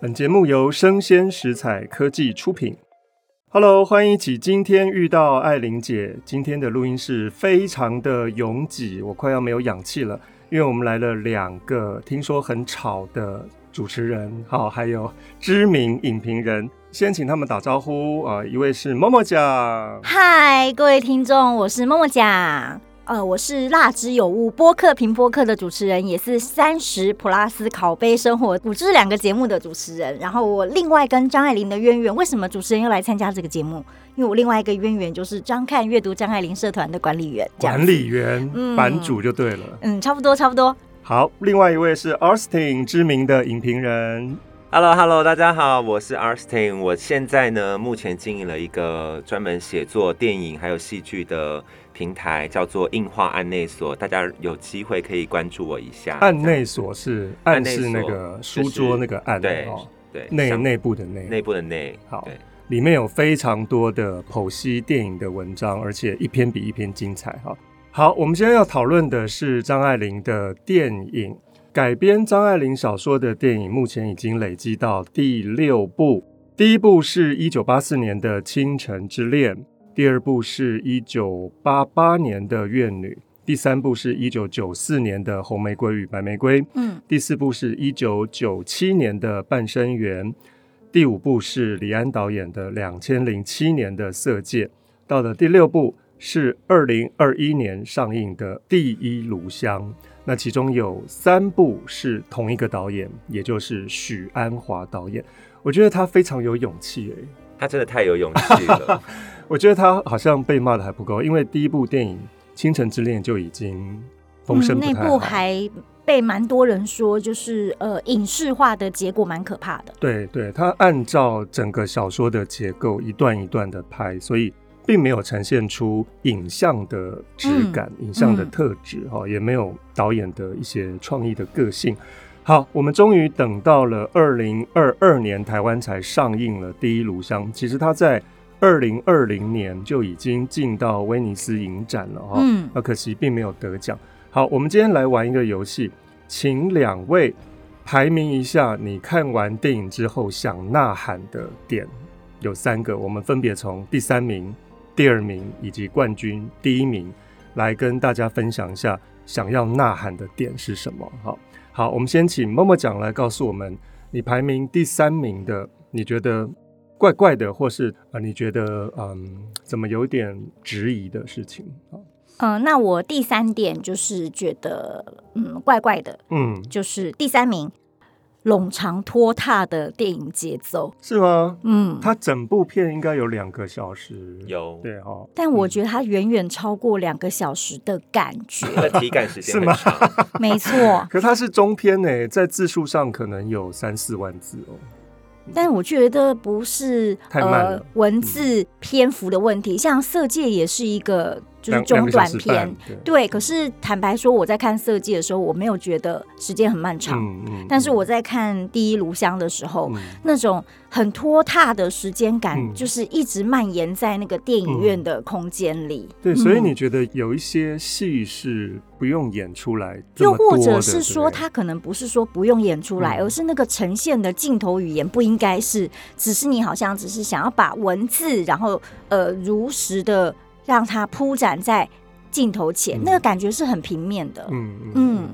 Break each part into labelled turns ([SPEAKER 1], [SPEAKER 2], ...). [SPEAKER 1] 本节目由生鲜食材科技出品。Hello，欢迎一起今天遇到艾琳姐。今天的录音室非常的拥挤，我快要没有氧气了，因为我们来了两个听说很吵的主持人，好、还有知名影评人。先请他们打招呼啊、呃一位是默默酱，
[SPEAKER 2] 嗨，各位听众，我是默默酱。呃，我是辣之有物播客评播客的主持人，也是三十普拉斯拷贝生活我这两个节目的主持人。然后我另外跟张爱玲的渊源，为什么主持人要来参加这个节目？因为我另外一个渊源就是张看阅读张爱玲社团的管理员，这样
[SPEAKER 1] 管理员、
[SPEAKER 2] 嗯
[SPEAKER 1] 版主就对了。
[SPEAKER 2] 嗯，差不多，差不多。
[SPEAKER 1] 好，另外一位是 Austin，知名的影评人。
[SPEAKER 3] Hello Hello，大家好，我是 Arstin。我现在呢，目前经营了一个专门写作电影还有戏剧的平台，叫做硬化案内所。大家有机会可以关注我一下。
[SPEAKER 1] 案内所是暗
[SPEAKER 3] 暗内
[SPEAKER 1] 示
[SPEAKER 3] 所
[SPEAKER 1] 那个
[SPEAKER 3] 就
[SPEAKER 1] 书
[SPEAKER 3] 是
[SPEAKER 1] 桌那个暗，
[SPEAKER 3] 对
[SPEAKER 1] 哦
[SPEAKER 3] 对
[SPEAKER 1] 内
[SPEAKER 3] 像
[SPEAKER 1] 内部的内，
[SPEAKER 3] 内部的内，
[SPEAKER 1] 好
[SPEAKER 3] 对
[SPEAKER 1] 里面有非常多的剖析电影的文章，而且一篇比一篇精彩哈。好，我们今天要讨论的是张爱玲的电影改编张爱玲小说的电影，目前已经累积到第六部。第一部是一九八四年的《倾城之恋》，第二部是一九八八年的《怨女》，第三部是一九九四年的《红玫瑰与白玫瑰》，
[SPEAKER 2] 嗯，
[SPEAKER 1] 第四部是一九九七年的《半生缘》，第五部是李安导演的两千零七年的《色戒》，到了第六部是二零二一年上映的《第一炉香》。那其中有三部是同一个导演，也就是许鞍华导演。我觉得他非常有勇气诶、
[SPEAKER 3] 他真的太有勇气 了。
[SPEAKER 1] 我觉得他好像被骂的还不够，因为第一部电影《倾城之恋》就已经风声
[SPEAKER 2] 嗯，
[SPEAKER 1] 不太
[SPEAKER 2] 内
[SPEAKER 1] 好。
[SPEAKER 2] 部还被蛮多人说，就是呃，影视化的结果蛮可怕的。
[SPEAKER 1] 对对，它按照整个小说的结构一段一段的拍，所以并没有呈现出影像的质感、影像的特质哈、也没有导演的一些创意的个性。好，我们终于等到了二零二二年台湾才上映了《第一炉香》，其实它在二零二零年就已经进到威尼斯影展了哈、
[SPEAKER 2] 嗯
[SPEAKER 1] 那可惜并没有得奖。好，我们今天来玩一个游戏，请两位排名一下你看完电影之后想呐喊的点，有三个，我们分别从第三名、第二名以及冠军第一名来跟大家分享一下想要呐喊的点是什么。好，好，我们先请默默讲来告诉我们，你排名第三名的，你觉得？怪怪的，或是啊、呃你觉得嗯，怎么有点质疑的事情好
[SPEAKER 2] 嗯、那我第三点就是觉得嗯，怪怪的，
[SPEAKER 1] 嗯，
[SPEAKER 2] 就是第三名，冗长拖沓的电影节奏。
[SPEAKER 1] 是吗？
[SPEAKER 2] 嗯，
[SPEAKER 1] 它整部片应该有两个小时，
[SPEAKER 3] 有
[SPEAKER 1] 对哦，
[SPEAKER 2] 但我觉得它远远超过两个小时的感 觉。
[SPEAKER 3] 那体感时间
[SPEAKER 1] 是
[SPEAKER 3] 很
[SPEAKER 1] 吗
[SPEAKER 3] 长，
[SPEAKER 2] 没错，
[SPEAKER 1] 可它是中篇呢，在字数上可能有三四万字哦。
[SPEAKER 2] 但我觉得不是
[SPEAKER 1] 太慢了嗯
[SPEAKER 2] 呃文字篇幅的问题，像《色戒》也是一个就是
[SPEAKER 1] 两两
[SPEAKER 2] 中
[SPEAKER 1] 个小
[SPEAKER 2] 短
[SPEAKER 1] 时
[SPEAKER 2] 篇
[SPEAKER 1] 半，对，
[SPEAKER 2] 对。可是坦白说，我在看《色戒》的时候，我没有觉得时间很漫长。
[SPEAKER 1] 嗯嗯
[SPEAKER 2] 但是我在看《第一炉香》的时候，
[SPEAKER 1] 嗯
[SPEAKER 2] 那种很拖沓的时间感，
[SPEAKER 1] 嗯
[SPEAKER 2] 就是一直蔓延在那个电影院的空间里。
[SPEAKER 1] 对，所以你
[SPEAKER 2] 嗯
[SPEAKER 1] 觉得有一些戏是不用演出来这
[SPEAKER 2] 又
[SPEAKER 1] 么多
[SPEAKER 2] 或
[SPEAKER 1] 的，
[SPEAKER 2] 者是说，
[SPEAKER 1] 对不对
[SPEAKER 2] 他可能不是说不用演出来，
[SPEAKER 1] 嗯
[SPEAKER 2] 而是那个呈现的镜头语言不应该是，只是你好像只是想要把文字，然后呃如实的让它铺展在镜头前，
[SPEAKER 1] 嗯
[SPEAKER 2] 那个感觉是很平面的。
[SPEAKER 1] 嗯嗯嗯
[SPEAKER 2] 嗯，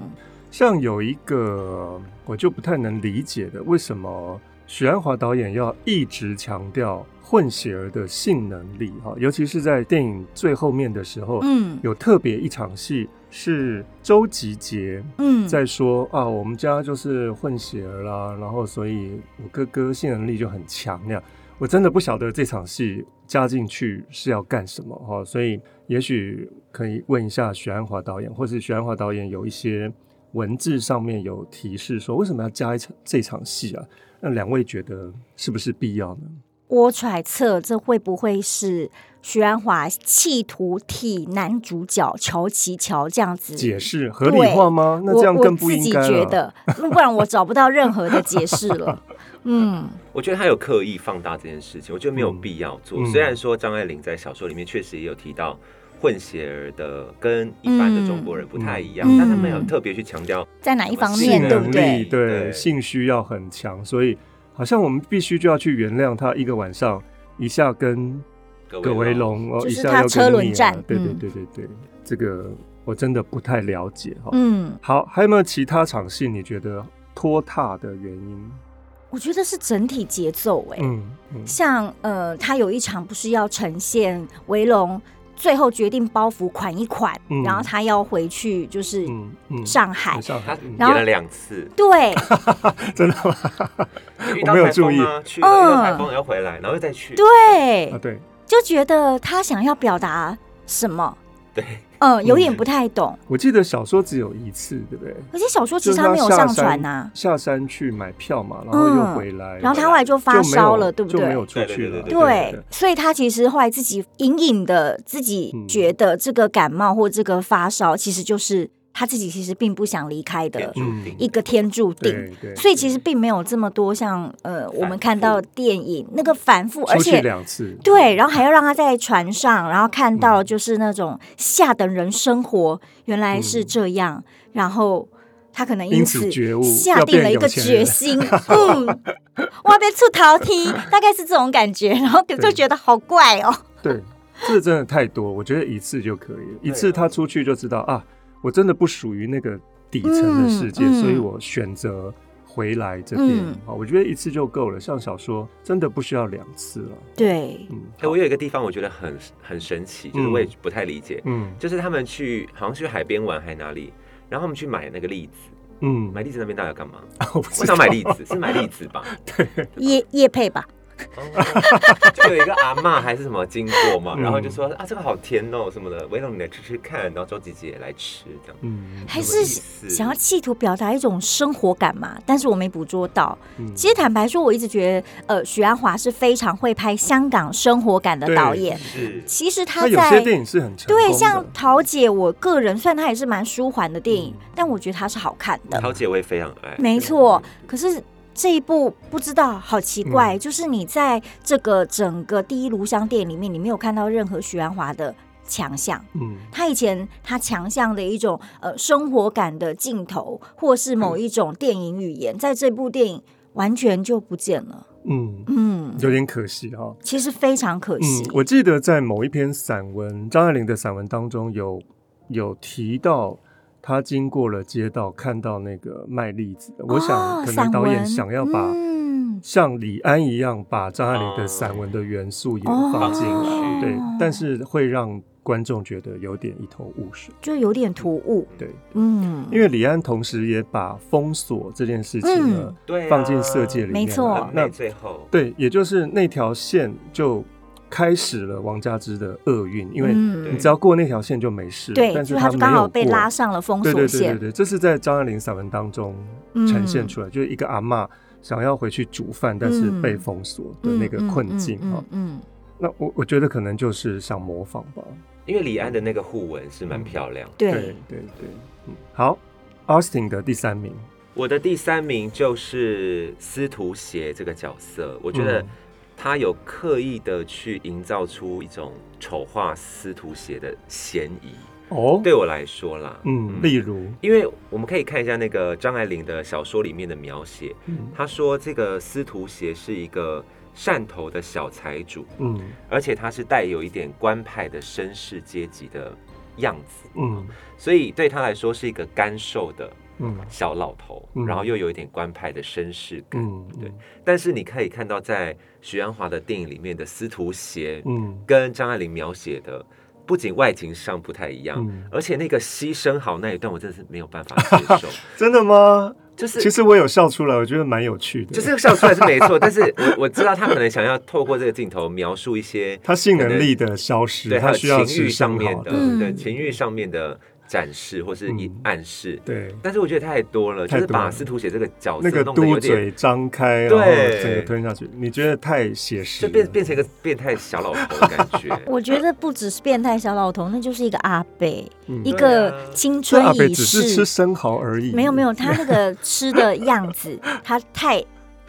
[SPEAKER 1] 像有一个我就不太能理解的，为什么许鞍华导演要一直强调混血儿的性能力哈，尤其是在电影最后面的时候，
[SPEAKER 2] 嗯
[SPEAKER 1] 有特别一场戏是周吉杰
[SPEAKER 2] 嗯，
[SPEAKER 1] 在说、啊，我们家就是混血儿啦，然后所以我哥哥性能力就很强那样。我真的不晓得这场戏加进去是要干什么哈、哦，所以也许可以问一下许鞍华导演，或是许鞍华导演有一些文字上面有提示说为什么要加一场这场戏啊？那两位觉得是不是必要呢？
[SPEAKER 2] 我揣测这会不会是徐安华企图替男主角乔琪乔这样子
[SPEAKER 1] 解释合理化吗？那
[SPEAKER 2] 我
[SPEAKER 1] 这样更不
[SPEAKER 2] 我自
[SPEAKER 1] 应
[SPEAKER 2] 己
[SPEAKER 1] 该了。
[SPEAKER 2] 觉得，不然我找不到任何的解释了。嗯
[SPEAKER 3] 我觉得他有刻意放大这件事情，我觉得没有
[SPEAKER 1] 嗯
[SPEAKER 3] 必要做。
[SPEAKER 1] 嗯
[SPEAKER 3] 虽然说张爱玲在小说里面确实也有提到混血儿的跟一般的中国人不太一样，
[SPEAKER 2] 嗯
[SPEAKER 3] 但他没有特别去强调，
[SPEAKER 2] 在哪一方
[SPEAKER 3] 什么
[SPEAKER 2] 面，
[SPEAKER 3] 性
[SPEAKER 2] 对不
[SPEAKER 1] 能力
[SPEAKER 2] 对？
[SPEAKER 1] 对
[SPEAKER 3] 对
[SPEAKER 1] 性需要很强，所以好像我们必须就要去原谅他一个晚上，一下跟葛维龙，哦，
[SPEAKER 2] 嗯就
[SPEAKER 1] 一
[SPEAKER 2] 是
[SPEAKER 1] 下
[SPEAKER 2] 他
[SPEAKER 1] 又
[SPEAKER 2] 车
[SPEAKER 1] 跟
[SPEAKER 2] 轮
[SPEAKER 1] 你啊
[SPEAKER 2] 战
[SPEAKER 1] 对对
[SPEAKER 2] 嗯
[SPEAKER 1] 对对对，这个我真的不太了解哈。
[SPEAKER 2] 嗯，
[SPEAKER 1] 好，还有没有其他场戏你觉得拖沓的原因？
[SPEAKER 2] 我觉得是整体节奏哎、
[SPEAKER 1] 嗯嗯
[SPEAKER 2] 像呃，他有一场不是要呈现维龙最后决定包袱款一款，
[SPEAKER 1] 嗯
[SPEAKER 2] 然后他要回去就是
[SPEAKER 1] 嗯嗯，
[SPEAKER 2] 上海，
[SPEAKER 1] 上海
[SPEAKER 3] 他
[SPEAKER 1] 嗯
[SPEAKER 2] 然后
[SPEAKER 3] 演了两次，
[SPEAKER 2] 对
[SPEAKER 1] 真的吗？
[SPEAKER 3] 遇
[SPEAKER 1] 我
[SPEAKER 3] 到
[SPEAKER 1] 没有
[SPEAKER 3] 台风
[SPEAKER 1] 注意
[SPEAKER 3] 啊，去了遇到台风又回来，然后又再去，
[SPEAKER 1] 啊，
[SPEAKER 2] 嗯 对，
[SPEAKER 1] 对，
[SPEAKER 2] 就觉得他想要表达什么，
[SPEAKER 3] 对，
[SPEAKER 2] 嗯、有点不太懂。
[SPEAKER 1] 我记得小说只有一次，对不对？
[SPEAKER 2] 而且小说其
[SPEAKER 1] 就
[SPEAKER 2] 实
[SPEAKER 1] 是
[SPEAKER 2] 他没有上
[SPEAKER 1] 下
[SPEAKER 2] 传
[SPEAKER 1] 山
[SPEAKER 2] 呐、
[SPEAKER 1] 下山去买票嘛，然后又回来，
[SPEAKER 2] 然后他
[SPEAKER 1] 就
[SPEAKER 2] 后来就发
[SPEAKER 1] 没有
[SPEAKER 2] 烧了，对不
[SPEAKER 1] 就
[SPEAKER 2] 对
[SPEAKER 1] 没？有出去了。
[SPEAKER 3] 对
[SPEAKER 2] 对，所以他其实后来自己隐隐的自己
[SPEAKER 1] 嗯
[SPEAKER 2] 觉得这个感冒或这个发烧，其实就是他自己其实并不想离开
[SPEAKER 3] 天
[SPEAKER 2] 的嗯
[SPEAKER 3] 注定
[SPEAKER 2] 一个天注定。
[SPEAKER 1] 对对，
[SPEAKER 2] 所以其实并没有这么多像呃我们看到电影那个反复，而
[SPEAKER 1] 出去
[SPEAKER 2] 且
[SPEAKER 1] 两次，
[SPEAKER 2] 对，然后还要让他在船上，然后看到
[SPEAKER 1] 嗯
[SPEAKER 2] 就是那种下等人生活原来是这样，然后他可能
[SPEAKER 1] 嗯因此
[SPEAKER 2] 此
[SPEAKER 1] 觉悟
[SPEAKER 2] 下
[SPEAKER 1] 要
[SPEAKER 2] 定
[SPEAKER 1] 变
[SPEAKER 2] 了一
[SPEAKER 1] 有
[SPEAKER 2] 个
[SPEAKER 1] 钱
[SPEAKER 2] 决
[SPEAKER 1] 人
[SPEAKER 2] 心，嗯，哇被出逃梯，大概是这种感觉，然后就
[SPEAKER 1] 对
[SPEAKER 2] 觉得好怪哦，
[SPEAKER 1] 对，这真的太多，我觉得一次就可以了，一次他出去就知道啊，我真的不属于那个底层的世界，
[SPEAKER 2] 嗯嗯
[SPEAKER 1] 所以我选择。回来这边
[SPEAKER 2] 嗯
[SPEAKER 1] 啊、我觉得一次就够了。像小说，真的不需要两次了。
[SPEAKER 2] 对，
[SPEAKER 1] 嗯
[SPEAKER 3] 哎，我有一个地方我觉得很很神奇，就是
[SPEAKER 1] 嗯
[SPEAKER 3] 我也不太理解，
[SPEAKER 1] 嗯
[SPEAKER 3] 就是他们去好像去海边玩还哪里，然后他们去买那个栗子，
[SPEAKER 1] 嗯，啊
[SPEAKER 3] 买栗子那边到底要干嘛？
[SPEAKER 1] 我不
[SPEAKER 3] 我
[SPEAKER 1] 知道
[SPEAKER 3] 想买栗子，是买栗子吧？
[SPEAKER 2] 叶叶配吧，
[SPEAKER 3] 哦 就有一个阿嬷还是什么经过嘛，
[SPEAKER 1] 嗯
[SPEAKER 3] 然后就说啊这个好甜哦什么的，维龙你来吃吃看，然后周姐姐也来吃这样。
[SPEAKER 1] 嗯，
[SPEAKER 2] 还
[SPEAKER 3] 有
[SPEAKER 2] 是
[SPEAKER 3] 意思
[SPEAKER 2] 想要企图表达一种生活感嘛，但是我没捕捉到。
[SPEAKER 1] 嗯
[SPEAKER 2] 其实坦白说，我一直觉得呃许鞍华是非常会拍香港生活感的
[SPEAKER 1] 对
[SPEAKER 2] 导演。
[SPEAKER 3] 是
[SPEAKER 2] 其实他
[SPEAKER 1] 他
[SPEAKER 2] 在
[SPEAKER 1] 有些电影是很成功的
[SPEAKER 2] 对，像桃姐，我个人虽然它也是蛮舒缓的电影，
[SPEAKER 1] 嗯
[SPEAKER 2] 但我觉得它是好看的，
[SPEAKER 3] 桃姐我也非常爱，
[SPEAKER 2] 没错。可是这一部不知道好奇
[SPEAKER 1] 嗯
[SPEAKER 2] 怪，就是你在这个整个第一炉香电影里面，你没有看到任何许鞍华的强项。
[SPEAKER 1] 嗯
[SPEAKER 2] 他以前他强项的一种呃生活感的镜头，或是
[SPEAKER 1] 嗯
[SPEAKER 2] 某一种电影语言，在这部电影完全就不见了。
[SPEAKER 1] 嗯，
[SPEAKER 2] 嗯，
[SPEAKER 1] 有点可惜哈、
[SPEAKER 2] 其实非常可惜。
[SPEAKER 1] 嗯，我记得在某一篇散文，张爱玲的散文当中有有提到，她经过了街道，看到那个卖栗子的。我
[SPEAKER 2] 哦
[SPEAKER 1] 想，可能
[SPEAKER 2] 散
[SPEAKER 1] 导演
[SPEAKER 2] 文
[SPEAKER 1] 想要把、
[SPEAKER 2] 嗯
[SPEAKER 1] 像李安一样，把张爱玲的散文的元素也放进来，
[SPEAKER 2] 哦
[SPEAKER 1] 对，但是会让观众觉得有点一头雾水。
[SPEAKER 2] 就有点突兀。
[SPEAKER 1] 对，
[SPEAKER 2] 嗯，
[SPEAKER 1] 因为李安同时也把封锁这件事情呢、
[SPEAKER 3] 对啊，
[SPEAKER 1] 放进色戒里面
[SPEAKER 2] 嗯没
[SPEAKER 1] 来
[SPEAKER 2] 错
[SPEAKER 3] 很
[SPEAKER 1] 那
[SPEAKER 3] 美嗯最后
[SPEAKER 1] 对，也就是那条线就开始了王家之的厄运，因为
[SPEAKER 2] 嗯
[SPEAKER 1] 你只要过那条线就没事了，
[SPEAKER 2] 对，
[SPEAKER 1] 但是
[SPEAKER 2] 就他就
[SPEAKER 1] 没
[SPEAKER 2] 刚好
[SPEAKER 1] 有
[SPEAKER 2] 被
[SPEAKER 1] 过
[SPEAKER 2] 拉上了封
[SPEAKER 1] 对
[SPEAKER 2] 锁
[SPEAKER 1] 对对对
[SPEAKER 2] 线。嗯
[SPEAKER 1] 对，这是在张爱玲散文当中呈现出来，就是一个阿嬷想要回去煮饭，但是被封锁的那个困境啊、
[SPEAKER 2] 嗯嗯，嗯
[SPEAKER 1] 那我我觉得可能就是想模仿吧。
[SPEAKER 3] 因为李安的那个互文是蛮漂亮。
[SPEAKER 2] 对，
[SPEAKER 1] 对对，嗯，好，Austin 的第三名，
[SPEAKER 3] 我的第三名就是司徒邪这个角色，我觉得
[SPEAKER 1] 嗯
[SPEAKER 3] 他有刻意的去营造出一种丑化司徒邪的嫌疑。
[SPEAKER 1] 哦，
[SPEAKER 3] 对我来说啦，
[SPEAKER 1] 嗯，例如，
[SPEAKER 3] 因为我们可以看一下那个张爱玲的小说里面的描写，
[SPEAKER 1] 嗯
[SPEAKER 3] 她说这个司徒邪是一个汕头的小财主，
[SPEAKER 1] 嗯
[SPEAKER 3] 而且他是带有一点官派的绅士阶级的样子，
[SPEAKER 1] 嗯
[SPEAKER 3] 所以对他来说是一个干瘦的
[SPEAKER 1] 嗯
[SPEAKER 3] 小老头，
[SPEAKER 1] 嗯
[SPEAKER 3] 然后又有一点官派的绅士感。
[SPEAKER 1] 嗯，
[SPEAKER 3] 对，但是你可以看到，在徐安华的电影里面的司徒邪，
[SPEAKER 1] 嗯
[SPEAKER 3] 跟张爱玲描写的不仅外形上不太一样，
[SPEAKER 1] 嗯，
[SPEAKER 3] 而且那个牺牲好那一段，我真的是没有办法接 受。
[SPEAKER 1] 真的吗？
[SPEAKER 3] 就是
[SPEAKER 1] 其实我有笑出来，我觉得蛮有趣的，
[SPEAKER 3] 就是笑出来是没错，但是 我我知道他可能想要透过这个镜头描述一些
[SPEAKER 1] 他性能力的消失，
[SPEAKER 3] 对
[SPEAKER 1] 他
[SPEAKER 3] 还有
[SPEAKER 1] 需要
[SPEAKER 3] 情
[SPEAKER 1] 吃
[SPEAKER 3] 欲上
[SPEAKER 1] 上
[SPEAKER 3] 面
[SPEAKER 1] 好
[SPEAKER 3] 的、
[SPEAKER 2] 嗯
[SPEAKER 3] 对情欲上面的展示或是一
[SPEAKER 1] 嗯
[SPEAKER 3] 暗示。
[SPEAKER 1] 对，
[SPEAKER 3] 但是我觉得太多了，
[SPEAKER 1] 太
[SPEAKER 3] 就是
[SPEAKER 1] 多
[SPEAKER 3] 把
[SPEAKER 1] 了
[SPEAKER 3] 司徒写这个角色
[SPEAKER 1] 那个
[SPEAKER 3] 弄得有
[SPEAKER 1] 嘟
[SPEAKER 3] 点，
[SPEAKER 1] 嘴张开，然
[SPEAKER 3] 对
[SPEAKER 1] 后整个吞下去，你觉得太写实
[SPEAKER 3] 就
[SPEAKER 1] 了，
[SPEAKER 3] 变变成一个变态小老头的感 觉。
[SPEAKER 2] 我觉得不只是变态小老头，那就是一个阿北，
[SPEAKER 1] 嗯
[SPEAKER 2] 一
[SPEAKER 3] 对
[SPEAKER 2] 个
[SPEAKER 3] 啊
[SPEAKER 2] 青
[SPEAKER 1] 这阿
[SPEAKER 2] 春
[SPEAKER 1] 北
[SPEAKER 2] 已
[SPEAKER 1] 只是吃
[SPEAKER 2] 逝。
[SPEAKER 1] 生蚝而已，
[SPEAKER 2] 没有没有，他那个吃的样 子，他太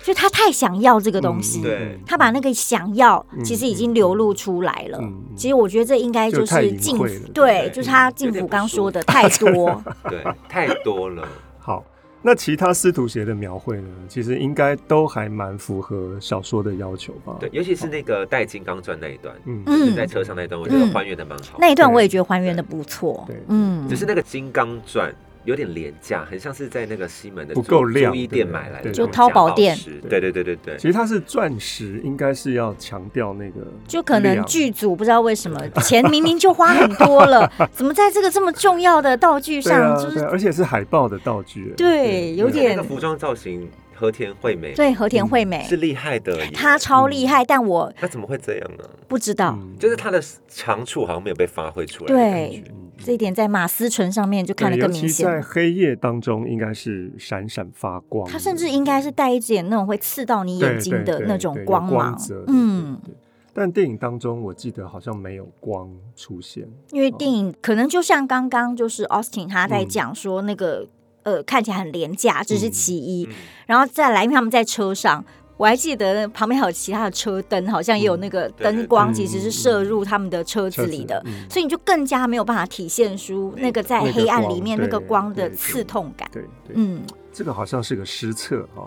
[SPEAKER 2] 就他太想要这个东
[SPEAKER 1] 嗯，
[SPEAKER 2] 西
[SPEAKER 3] 对
[SPEAKER 2] 他把那个想要
[SPEAKER 1] 嗯
[SPEAKER 2] 其实已经流露出来了
[SPEAKER 1] 嗯。嗯
[SPEAKER 2] 其实我觉得这应该
[SPEAKER 1] 就太
[SPEAKER 2] 是
[SPEAKER 1] 隐
[SPEAKER 2] 静
[SPEAKER 1] 晦
[SPEAKER 2] 福
[SPEAKER 1] 了
[SPEAKER 2] 对，
[SPEAKER 1] 对
[SPEAKER 2] 就是他静
[SPEAKER 3] 有点
[SPEAKER 2] 福
[SPEAKER 3] 不
[SPEAKER 2] 刚
[SPEAKER 3] 舒服
[SPEAKER 2] 说的太多。
[SPEAKER 3] 对，太多了。
[SPEAKER 1] 好，那其他司徒鞋的描绘呢，其实应该都还蛮符合小说的要求吧？
[SPEAKER 3] 对，，尤其是那个戴金刚钻那一段，
[SPEAKER 1] 嗯，
[SPEAKER 2] 嗯
[SPEAKER 3] 就是在车上那一段，我觉得还原的蛮好。
[SPEAKER 2] 那一段
[SPEAKER 1] 对
[SPEAKER 2] 我也觉得还原的不错
[SPEAKER 1] 对，
[SPEAKER 2] 嗯
[SPEAKER 3] 只，是那个金刚钻有点廉价，很像是在那个西门的
[SPEAKER 1] 不够亮
[SPEAKER 3] 珠衣店买来的，
[SPEAKER 1] 对
[SPEAKER 2] 就淘宝店
[SPEAKER 3] 对对对对对
[SPEAKER 1] 其。实它是钻石，应该是要强调那个，
[SPEAKER 2] 就可能剧组不知道为什么钱明明就花很多 了，怎么在这个这么重要的道具
[SPEAKER 1] 对
[SPEAKER 2] 上，
[SPEAKER 1] 啊，
[SPEAKER 2] 就
[SPEAKER 1] 对啊
[SPEAKER 2] 是
[SPEAKER 1] 而且是海报的道具，
[SPEAKER 2] 对有
[SPEAKER 3] 而且
[SPEAKER 2] 点
[SPEAKER 3] 那个服装造型和田惠美
[SPEAKER 2] 对和田惠
[SPEAKER 1] 嗯
[SPEAKER 2] 美
[SPEAKER 3] 是，厉害的耶，
[SPEAKER 2] 她超厉害，但我
[SPEAKER 3] 她怎么会这样呢？
[SPEAKER 2] 不知道
[SPEAKER 1] 嗯
[SPEAKER 3] 啊就是她的长处好像没有被发挥出来的感觉，
[SPEAKER 2] 这一点在马思纯上面就看得
[SPEAKER 1] 嗯对尤
[SPEAKER 2] 更明
[SPEAKER 1] 其
[SPEAKER 2] 显
[SPEAKER 1] 在
[SPEAKER 2] 了。
[SPEAKER 1] 黑夜当中，应该是闪闪发光的。
[SPEAKER 2] 她甚至应该是带一点那种会刺到你
[SPEAKER 1] 对
[SPEAKER 2] 眼睛的
[SPEAKER 1] 对
[SPEAKER 2] 那
[SPEAKER 1] 对
[SPEAKER 2] 种
[SPEAKER 1] 对有
[SPEAKER 2] 光
[SPEAKER 1] 光
[SPEAKER 2] 芒
[SPEAKER 1] 泽，的
[SPEAKER 2] 嗯，
[SPEAKER 1] 对对但电影当中，我记得好像没有光出现。
[SPEAKER 2] 因为电影可能就像刚刚就是 Austin 他在
[SPEAKER 1] 嗯
[SPEAKER 2] 讲说那个、呃看起来很廉价，这是
[SPEAKER 1] 嗯
[SPEAKER 2] 其一，
[SPEAKER 3] 嗯
[SPEAKER 2] 然后再来，因为他们在车上。我还记得旁边还有其他的车灯，好像也有那个
[SPEAKER 3] 对
[SPEAKER 2] 灯光，
[SPEAKER 1] 嗯
[SPEAKER 2] 其实是射入他们的车子
[SPEAKER 1] 车
[SPEAKER 2] 里的，
[SPEAKER 1] 嗯
[SPEAKER 2] 所以你就更加没有办法体现出那个在
[SPEAKER 1] 那个
[SPEAKER 2] 黑暗
[SPEAKER 1] 光
[SPEAKER 2] 里面
[SPEAKER 1] 对
[SPEAKER 2] 那个光的
[SPEAKER 1] 对对
[SPEAKER 2] 刺痛感。
[SPEAKER 1] 对对，
[SPEAKER 2] 嗯，
[SPEAKER 1] 这个好像是个失策哈、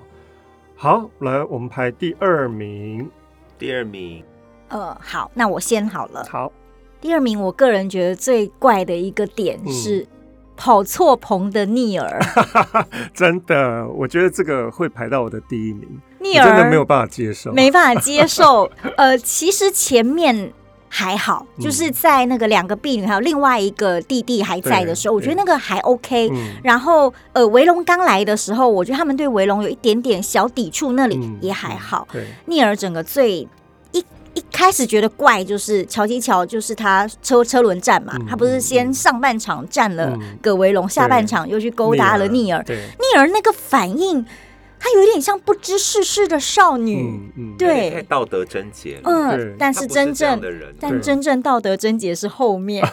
[SPEAKER 1] 好，来我们排第二名。
[SPEAKER 3] 第二名，
[SPEAKER 2] 呃，好，那我先好了。
[SPEAKER 1] 好，
[SPEAKER 2] 第二名，我个人觉得最怪的一个点
[SPEAKER 1] 嗯
[SPEAKER 2] 是跑错棚的 逆儿，
[SPEAKER 1] 真的，我觉得这个会排到我的第一名，我
[SPEAKER 2] 逆儿
[SPEAKER 1] 真的没有办法接受。
[SPEAKER 2] 没办法接受。 呃，其实前面还好，
[SPEAKER 1] 嗯
[SPEAKER 2] 就是在那个两个婢女还有另外一个弟弟还在的时候，
[SPEAKER 1] 对
[SPEAKER 2] 我觉得那个还 OK。
[SPEAKER 1] 嗯，
[SPEAKER 2] 然后，呃，维龙刚来的时候，我觉得他们对维龙有一点点小抵触，那里
[SPEAKER 1] 嗯
[SPEAKER 2] 也还好。
[SPEAKER 1] 对，
[SPEAKER 2] 聂耳整个最一一开始觉得怪，就是乔基乔，就是他车车轮战嘛，
[SPEAKER 1] 嗯
[SPEAKER 2] 他不是先上半场占了
[SPEAKER 1] 嗯
[SPEAKER 2] 葛维龙，下半场又去勾搭了聂耳，
[SPEAKER 1] 对，
[SPEAKER 2] 聂耳那个反应，他有点像不知世事的少女，
[SPEAKER 1] 嗯嗯，
[SPEAKER 2] 对
[SPEAKER 3] 有点太道德贞洁了，
[SPEAKER 2] 嗯，
[SPEAKER 1] 对
[SPEAKER 2] 但
[SPEAKER 3] 她
[SPEAKER 2] 是
[SPEAKER 3] 不
[SPEAKER 2] 真
[SPEAKER 3] 这样
[SPEAKER 2] 正
[SPEAKER 3] 的人，
[SPEAKER 2] 但
[SPEAKER 1] 对
[SPEAKER 2] 真正道德贞洁是后 面，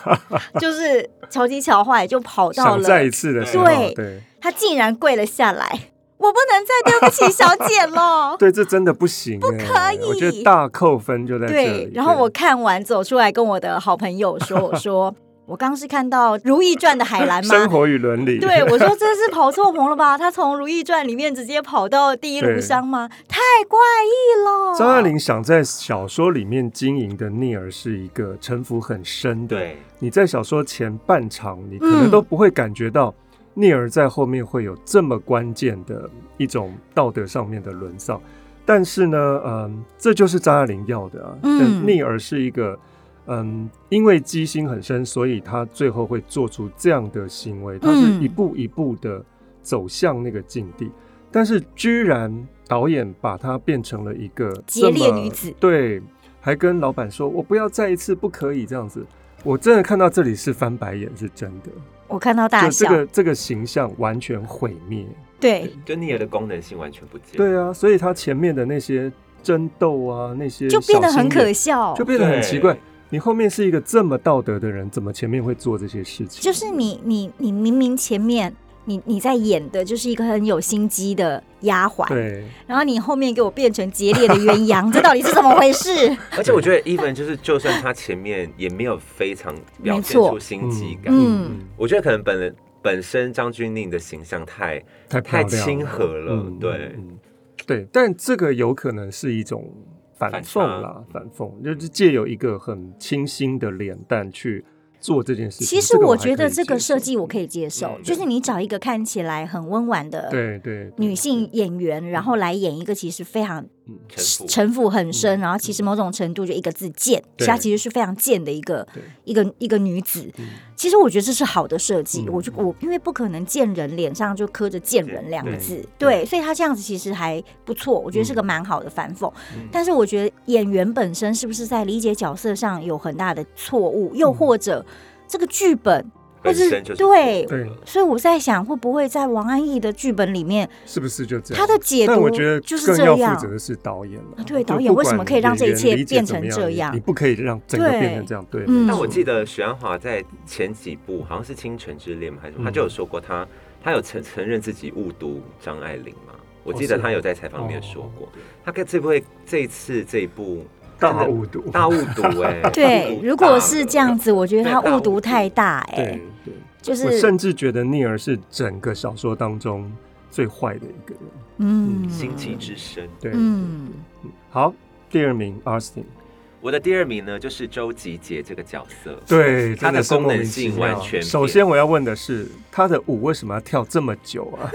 [SPEAKER 2] 就是乔基乔后来就跑到
[SPEAKER 1] 想再
[SPEAKER 2] 了
[SPEAKER 1] 一，次的时候，
[SPEAKER 2] 对
[SPEAKER 1] 对。
[SPEAKER 2] 他竟然跪了下来，我不能再对不起小姐喽
[SPEAKER 1] 对，这真的不行、欸，不可
[SPEAKER 2] 以
[SPEAKER 1] 我觉得大扣分就在这里。
[SPEAKER 2] 对，然后我看完走出来，跟我的好朋友说：“我说我刚是看到《如懿传》的海兰
[SPEAKER 1] 生
[SPEAKER 2] 吗？
[SPEAKER 1] 活与伦理，
[SPEAKER 2] 对，我说这是跑错棚了吧？他从《如懿传》里面直接跑到第一炉香吗？太怪异了。”
[SPEAKER 1] 张爱玲想在小说里面经营的逆儿是一个城府很深的。
[SPEAKER 3] 对，
[SPEAKER 1] 你在小说前半场，你可能
[SPEAKER 2] 嗯
[SPEAKER 1] 都不会感觉到逆儿在后面会有这么关键的一种道德上面的沦丧。但是呢，嗯，这就是张爱玲要的啊。
[SPEAKER 2] 嗯
[SPEAKER 1] 但逆儿是一个，嗯，因为机心很深，所以他最后会做出这样的行为。他是
[SPEAKER 2] 嗯
[SPEAKER 1] 一步一步的走向那个境地，但是居然导演把她变成了一个
[SPEAKER 2] 节烈
[SPEAKER 1] 这么
[SPEAKER 2] 女子
[SPEAKER 1] 对，还跟老板说：“我不要再一次，不可以这样子。”我真的看到这里是翻白眼，是真的，
[SPEAKER 2] 我看到大
[SPEAKER 1] 就这
[SPEAKER 2] 笑，
[SPEAKER 1] 个这个形象完全毁灭。
[SPEAKER 2] 对，
[SPEAKER 3] 就尼尔的功能性完全不见，
[SPEAKER 1] 对啊，所以他前面的那些争斗啊，那些
[SPEAKER 2] 就变得很可
[SPEAKER 1] 笑，
[SPEAKER 2] 笑。
[SPEAKER 1] 就变得很奇怪
[SPEAKER 3] 对。
[SPEAKER 1] 你后面是一个这么道德的人，怎么前面会做这些事情？
[SPEAKER 2] 就是你你你明明前面你你在演的就是一个很有心机的丫鬟，
[SPEAKER 1] 对，
[SPEAKER 2] 然后你后面给我变成节烈的鸳鸯，这到底是怎么回 事？
[SPEAKER 3] 而且我觉得 even 就是，就算他前面也没有非常表
[SPEAKER 2] 没
[SPEAKER 3] 现
[SPEAKER 2] 错
[SPEAKER 3] 出心机感，
[SPEAKER 2] 嗯，
[SPEAKER 3] 我觉得可能本人本身张钧甯的形象太
[SPEAKER 1] 太漂
[SPEAKER 3] 太
[SPEAKER 1] 亮了
[SPEAKER 3] 亲和了，对，
[SPEAKER 1] 嗯对，但这个有可能是一种反讽啦，反讽就是借由一个很清新的脸蛋去做这件事情。
[SPEAKER 2] 其实
[SPEAKER 1] 这个
[SPEAKER 2] 我
[SPEAKER 1] 还
[SPEAKER 2] 觉得
[SPEAKER 1] 可以
[SPEAKER 2] 这个
[SPEAKER 1] 接
[SPEAKER 2] 设
[SPEAKER 1] 受
[SPEAKER 2] 计我可以接受，
[SPEAKER 3] 嗯
[SPEAKER 2] 就是你找一个看起来很温婉的
[SPEAKER 1] 对嗯对
[SPEAKER 2] 女性演员，然后来演一个其实非常
[SPEAKER 1] 嗯
[SPEAKER 3] 城府
[SPEAKER 2] 城府很深，然后其实某种程度就一个字贱，
[SPEAKER 1] 对
[SPEAKER 2] 她其实是非常贱的一个
[SPEAKER 1] 对
[SPEAKER 2] 一个一个女子
[SPEAKER 1] 嗯。
[SPEAKER 2] 其实我觉得这是好的设计，
[SPEAKER 1] 嗯
[SPEAKER 2] 我就我因为不可能贱人脸上就刻着贱人两个字，对，所以她这样子其实还不错，我觉得是个蛮好的反讽。
[SPEAKER 3] 嗯
[SPEAKER 2] 但是我觉得演员本身是不是在理解角色上有很大的错误，又或者
[SPEAKER 1] 嗯
[SPEAKER 2] 这个剧本，或
[SPEAKER 3] 本
[SPEAKER 2] 者
[SPEAKER 3] 身就是
[SPEAKER 2] 对。
[SPEAKER 1] 对，
[SPEAKER 2] 所以我在想，会不会在王安忆的剧本里面，
[SPEAKER 1] 是不是就这样？
[SPEAKER 2] 他的解
[SPEAKER 1] 但
[SPEAKER 2] 读
[SPEAKER 1] 我觉得
[SPEAKER 2] 就是
[SPEAKER 1] 更
[SPEAKER 2] 这
[SPEAKER 1] 要
[SPEAKER 2] 样
[SPEAKER 1] 负责的是导演了
[SPEAKER 2] 啊。
[SPEAKER 1] 就
[SPEAKER 2] 对导演
[SPEAKER 1] 不
[SPEAKER 2] 为什
[SPEAKER 1] 管
[SPEAKER 2] 么可以让这一
[SPEAKER 1] 演员
[SPEAKER 2] 切
[SPEAKER 1] 理解
[SPEAKER 2] 变
[SPEAKER 1] 怎么
[SPEAKER 2] 成
[SPEAKER 1] 样
[SPEAKER 2] 这
[SPEAKER 1] 你
[SPEAKER 2] 样
[SPEAKER 1] 你不可以让整个变成
[SPEAKER 2] 对
[SPEAKER 1] 这样，对。
[SPEAKER 2] 嗯
[SPEAKER 1] 没
[SPEAKER 3] 但
[SPEAKER 1] 错
[SPEAKER 3] 我记得许鞍华在前几部好像是《清纯之恋》嘛，还是什
[SPEAKER 1] 嗯
[SPEAKER 3] 么，他就有说过他他有承承认自己误读张爱玲嘛。我记
[SPEAKER 1] 哦
[SPEAKER 3] 得
[SPEAKER 1] 是哦
[SPEAKER 3] 他有在采访里面说过，他跟这部这一次这一部
[SPEAKER 1] 大
[SPEAKER 3] 真的
[SPEAKER 1] 误读，
[SPEAKER 3] 大误 读哎、
[SPEAKER 2] 对
[SPEAKER 3] 误，读
[SPEAKER 2] 如果
[SPEAKER 3] 大
[SPEAKER 2] 是
[SPEAKER 3] 了
[SPEAKER 2] 这样子，我觉得
[SPEAKER 3] 对
[SPEAKER 2] 他
[SPEAKER 3] 大
[SPEAKER 2] 误
[SPEAKER 3] 误
[SPEAKER 2] 读
[SPEAKER 3] 读
[SPEAKER 2] 太大、哎
[SPEAKER 1] 对，对。
[SPEAKER 2] 就
[SPEAKER 1] 我
[SPEAKER 2] 是
[SPEAKER 1] 甚至觉得聂儿是整个小说当中最坏的一个人。
[SPEAKER 2] 嗯，
[SPEAKER 3] 心机之深。
[SPEAKER 1] 对，
[SPEAKER 2] 嗯，
[SPEAKER 1] 好，第二名 Austin，
[SPEAKER 3] 我的第二名呢，就是周吉杰这个角色。
[SPEAKER 1] 对，
[SPEAKER 3] 它
[SPEAKER 1] 真
[SPEAKER 3] 的
[SPEAKER 1] 是
[SPEAKER 3] 功
[SPEAKER 1] 莫
[SPEAKER 3] 能
[SPEAKER 1] 名其
[SPEAKER 3] 性
[SPEAKER 1] 妙
[SPEAKER 3] 完全变。
[SPEAKER 1] 首先我要问的是，他的舞为什么要跳这么久啊？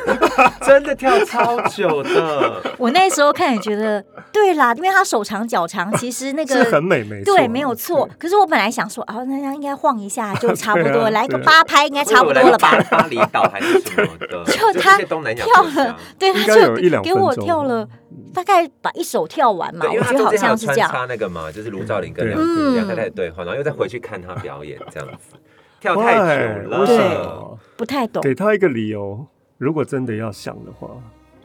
[SPEAKER 3] 真的跳超久的，
[SPEAKER 2] 我那时候看也觉得，对啦，因为他手长脚长，其实那
[SPEAKER 1] 是很
[SPEAKER 2] 个。
[SPEAKER 1] 美，没错，
[SPEAKER 2] 对，没有错。可是我本来想说，哦，那样应该晃一下就差不
[SPEAKER 1] 对
[SPEAKER 2] 多，
[SPEAKER 1] 啊
[SPEAKER 2] 来个
[SPEAKER 1] 对啊
[SPEAKER 2] 八拍应该 差不多了吧？
[SPEAKER 3] 巴巴厘岛还是什么的，
[SPEAKER 2] 就
[SPEAKER 3] 这
[SPEAKER 2] 他
[SPEAKER 3] 些东南亚
[SPEAKER 2] 跳
[SPEAKER 3] 国家
[SPEAKER 2] 了，对，他
[SPEAKER 1] 应该有一
[SPEAKER 2] 就
[SPEAKER 1] 两
[SPEAKER 2] 给我
[SPEAKER 1] 分钟
[SPEAKER 2] 跳了，大概把一首跳完嘛，
[SPEAKER 3] 对，因
[SPEAKER 2] 我
[SPEAKER 3] 为
[SPEAKER 2] 觉
[SPEAKER 3] 他
[SPEAKER 2] 得
[SPEAKER 3] 中
[SPEAKER 2] 好
[SPEAKER 3] 间还有
[SPEAKER 2] 像是
[SPEAKER 3] 穿
[SPEAKER 2] 这样。
[SPEAKER 3] 插那个嘛，就是卢兆麟跟
[SPEAKER 1] 对
[SPEAKER 3] 梁子
[SPEAKER 2] 嗯
[SPEAKER 3] 两个在对话，然后又再回去看他表演这样子，跳太久
[SPEAKER 1] Why？为什
[SPEAKER 3] 了。
[SPEAKER 1] 么？
[SPEAKER 2] 不太懂，
[SPEAKER 1] 给他一个理由，如果真的要想的话，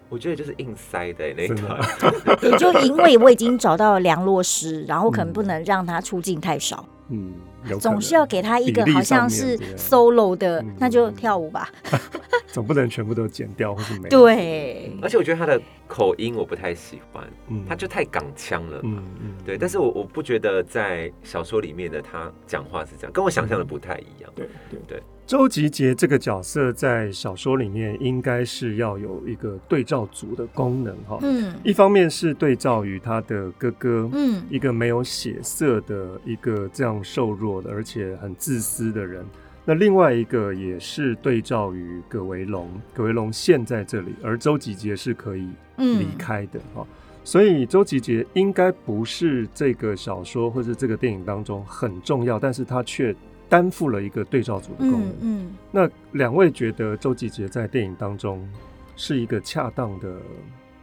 [SPEAKER 3] 我觉得就是硬塞的欸那一
[SPEAKER 1] 真的
[SPEAKER 3] 段，
[SPEAKER 2] 也就因为我已经找到了梁洛施，然后可能不能让他出镜太少，
[SPEAKER 1] 嗯，有可
[SPEAKER 2] 总
[SPEAKER 1] 能
[SPEAKER 2] 是要给他一个
[SPEAKER 1] 比例
[SPEAKER 2] 好
[SPEAKER 1] 上面
[SPEAKER 2] 像是
[SPEAKER 1] 这样
[SPEAKER 2] solo 的
[SPEAKER 1] 嗯，
[SPEAKER 2] 那就跳舞吧。
[SPEAKER 1] 总不能全部都剪掉或是没有。
[SPEAKER 2] 对，
[SPEAKER 3] 而且我觉得他的口音我不太喜欢，
[SPEAKER 1] 嗯，
[SPEAKER 3] 他就太港腔了。
[SPEAKER 1] 嗯嗯，
[SPEAKER 3] 对，但是我我不觉得在小说里面的他讲话是这样，跟我想象的不太一样。
[SPEAKER 1] 对对
[SPEAKER 3] 对。
[SPEAKER 1] 周吉杰这个角色在小说里面应该是要有一个对照组的功能哈，
[SPEAKER 2] 嗯
[SPEAKER 1] 一方面是对照于他的哥哥，
[SPEAKER 2] 嗯
[SPEAKER 1] 一个没有血色的一个这样瘦弱的，而且很自私的人。那另外一个也是对照于葛维龙，葛维龙陷在这里，而周吉杰是可以离
[SPEAKER 2] 嗯，
[SPEAKER 1] 开的哈、哦所以周吉杰应该不是这个小说或是这个电影当中很重要，但是他却担负了一个对照组的功能。
[SPEAKER 2] 嗯嗯，
[SPEAKER 1] 那两位觉得周吉杰在电影当中是一个恰当的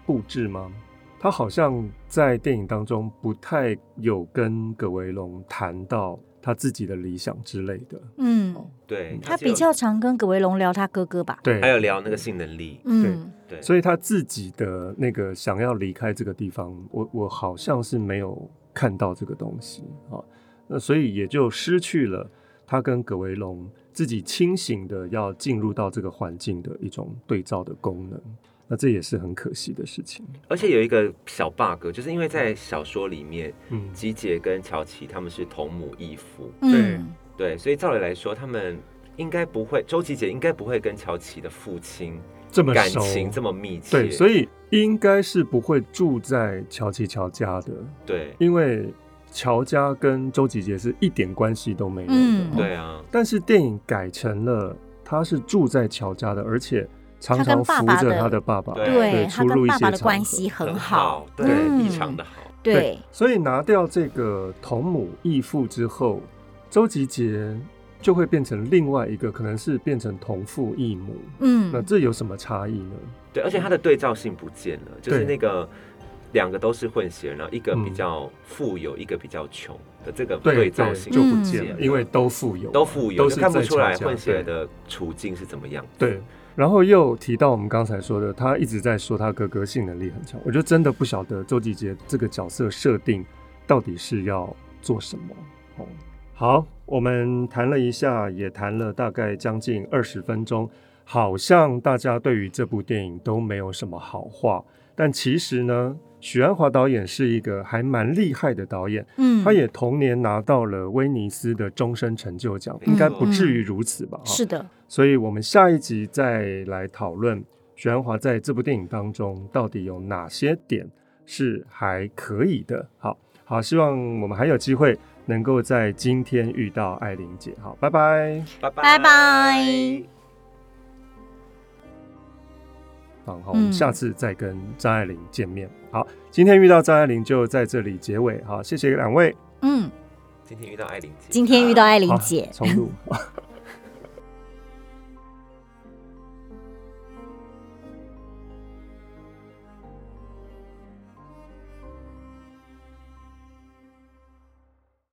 [SPEAKER 1] 布置吗？他好像在电影当中不太有跟葛维龙谈到他自己的理想之类的。
[SPEAKER 2] 嗯，
[SPEAKER 3] 对，
[SPEAKER 2] 他
[SPEAKER 3] 只有
[SPEAKER 2] 比较常跟葛维龙聊他哥哥吧。
[SPEAKER 1] 对，
[SPEAKER 3] 还有聊那个性能力，
[SPEAKER 2] 嗯，
[SPEAKER 3] 对，
[SPEAKER 1] 所以他自己的那个想要离开这个地方，我我好像是没有看到这个东西啊，那所以也就失去了他跟葛维龙自己清醒的要进入到这个环境的一种对照的功能，那这也是很可惜的事情。
[SPEAKER 3] 而且有一个小 bug，就是因为在小说里面，
[SPEAKER 1] 嗯，
[SPEAKER 3] 吉姐跟乔琪他们是同母异父，
[SPEAKER 2] 嗯，
[SPEAKER 3] 对，所以照理来说，他们应该不会，周吉姐应该不会跟乔琪的父亲
[SPEAKER 1] 这么
[SPEAKER 3] 感
[SPEAKER 1] 熟，
[SPEAKER 3] 情这么密切，
[SPEAKER 1] 对，所
[SPEAKER 3] 以
[SPEAKER 1] 以应该是不会住在乔琪乔家的，
[SPEAKER 3] 对
[SPEAKER 1] 因为乔家跟周吉杰是一点关系都没有的。
[SPEAKER 2] 嗯
[SPEAKER 3] 对啊，
[SPEAKER 1] 但是电影改成了他是住在乔家的，而且常常扶
[SPEAKER 2] 他跟爸爸
[SPEAKER 1] 着
[SPEAKER 2] 的
[SPEAKER 1] 他的爸爸，
[SPEAKER 3] 对
[SPEAKER 2] 对
[SPEAKER 1] 出
[SPEAKER 2] 他
[SPEAKER 1] 入
[SPEAKER 2] 跟
[SPEAKER 1] 一
[SPEAKER 2] 爸
[SPEAKER 1] 些
[SPEAKER 2] 爸的
[SPEAKER 1] 场
[SPEAKER 2] 关
[SPEAKER 1] 合
[SPEAKER 2] 系很好，
[SPEAKER 3] 对，
[SPEAKER 2] 嗯
[SPEAKER 3] 异常的好，
[SPEAKER 2] 对，
[SPEAKER 1] 所以拿掉这个同母异父之后，周吉杰就会变成另外一个，可能是变成同父异母。那
[SPEAKER 2] 嗯，
[SPEAKER 1] 这有什么差异呢？
[SPEAKER 3] 对，而且他的对照性不见了，就是那个。两个都是混血儿，然后一个
[SPEAKER 1] 嗯
[SPEAKER 3] 比较富有，一个比较穷的这个
[SPEAKER 1] 对，
[SPEAKER 3] 照
[SPEAKER 1] 对
[SPEAKER 3] 性
[SPEAKER 1] 就不
[SPEAKER 2] 嗯
[SPEAKER 1] 见了，因为都富有，
[SPEAKER 3] 都富有，
[SPEAKER 1] 都
[SPEAKER 3] 就是看不
[SPEAKER 1] 在
[SPEAKER 3] 出来
[SPEAKER 1] 乔家
[SPEAKER 3] 混血
[SPEAKER 1] 对
[SPEAKER 3] 儿的处境是怎么样。
[SPEAKER 1] 对，然后又提到我们刚才说的，他一直在说他哥哥性能力很强，我就真的不晓得周吉杰这个角色设定到底是要做什么。哦，好，我们谈了一下，也谈了大概将近二十分钟，好像大家对于这部电影都没有什么好话，但其实呢，许鞍华导演是一个还蛮厉害的导演。
[SPEAKER 2] 嗯，
[SPEAKER 1] 他也同年拿到了威尼斯的终身成就奖，
[SPEAKER 3] 没
[SPEAKER 1] 应该
[SPEAKER 3] 错
[SPEAKER 1] 不至于如此吧？哈
[SPEAKER 2] 嗯是的，
[SPEAKER 1] 所以我们下一集再来讨论许鞍华在这部电影当中到底有哪些点是还可以的。好好，希望我们还有机会能够在今天遇到艾琳姐。好，拜拜。
[SPEAKER 3] 拜拜
[SPEAKER 2] 拜拜。
[SPEAKER 1] 好，好我们
[SPEAKER 2] 嗯
[SPEAKER 1] 下次再跟张爱玲见面。好，今天遇到张爱玲就在这里结尾。好，谢谢两位。
[SPEAKER 2] 嗯，
[SPEAKER 3] 今天遇到艾琳姐，
[SPEAKER 2] 今天遇到艾琳
[SPEAKER 1] 好
[SPEAKER 2] 姐，
[SPEAKER 1] 重录。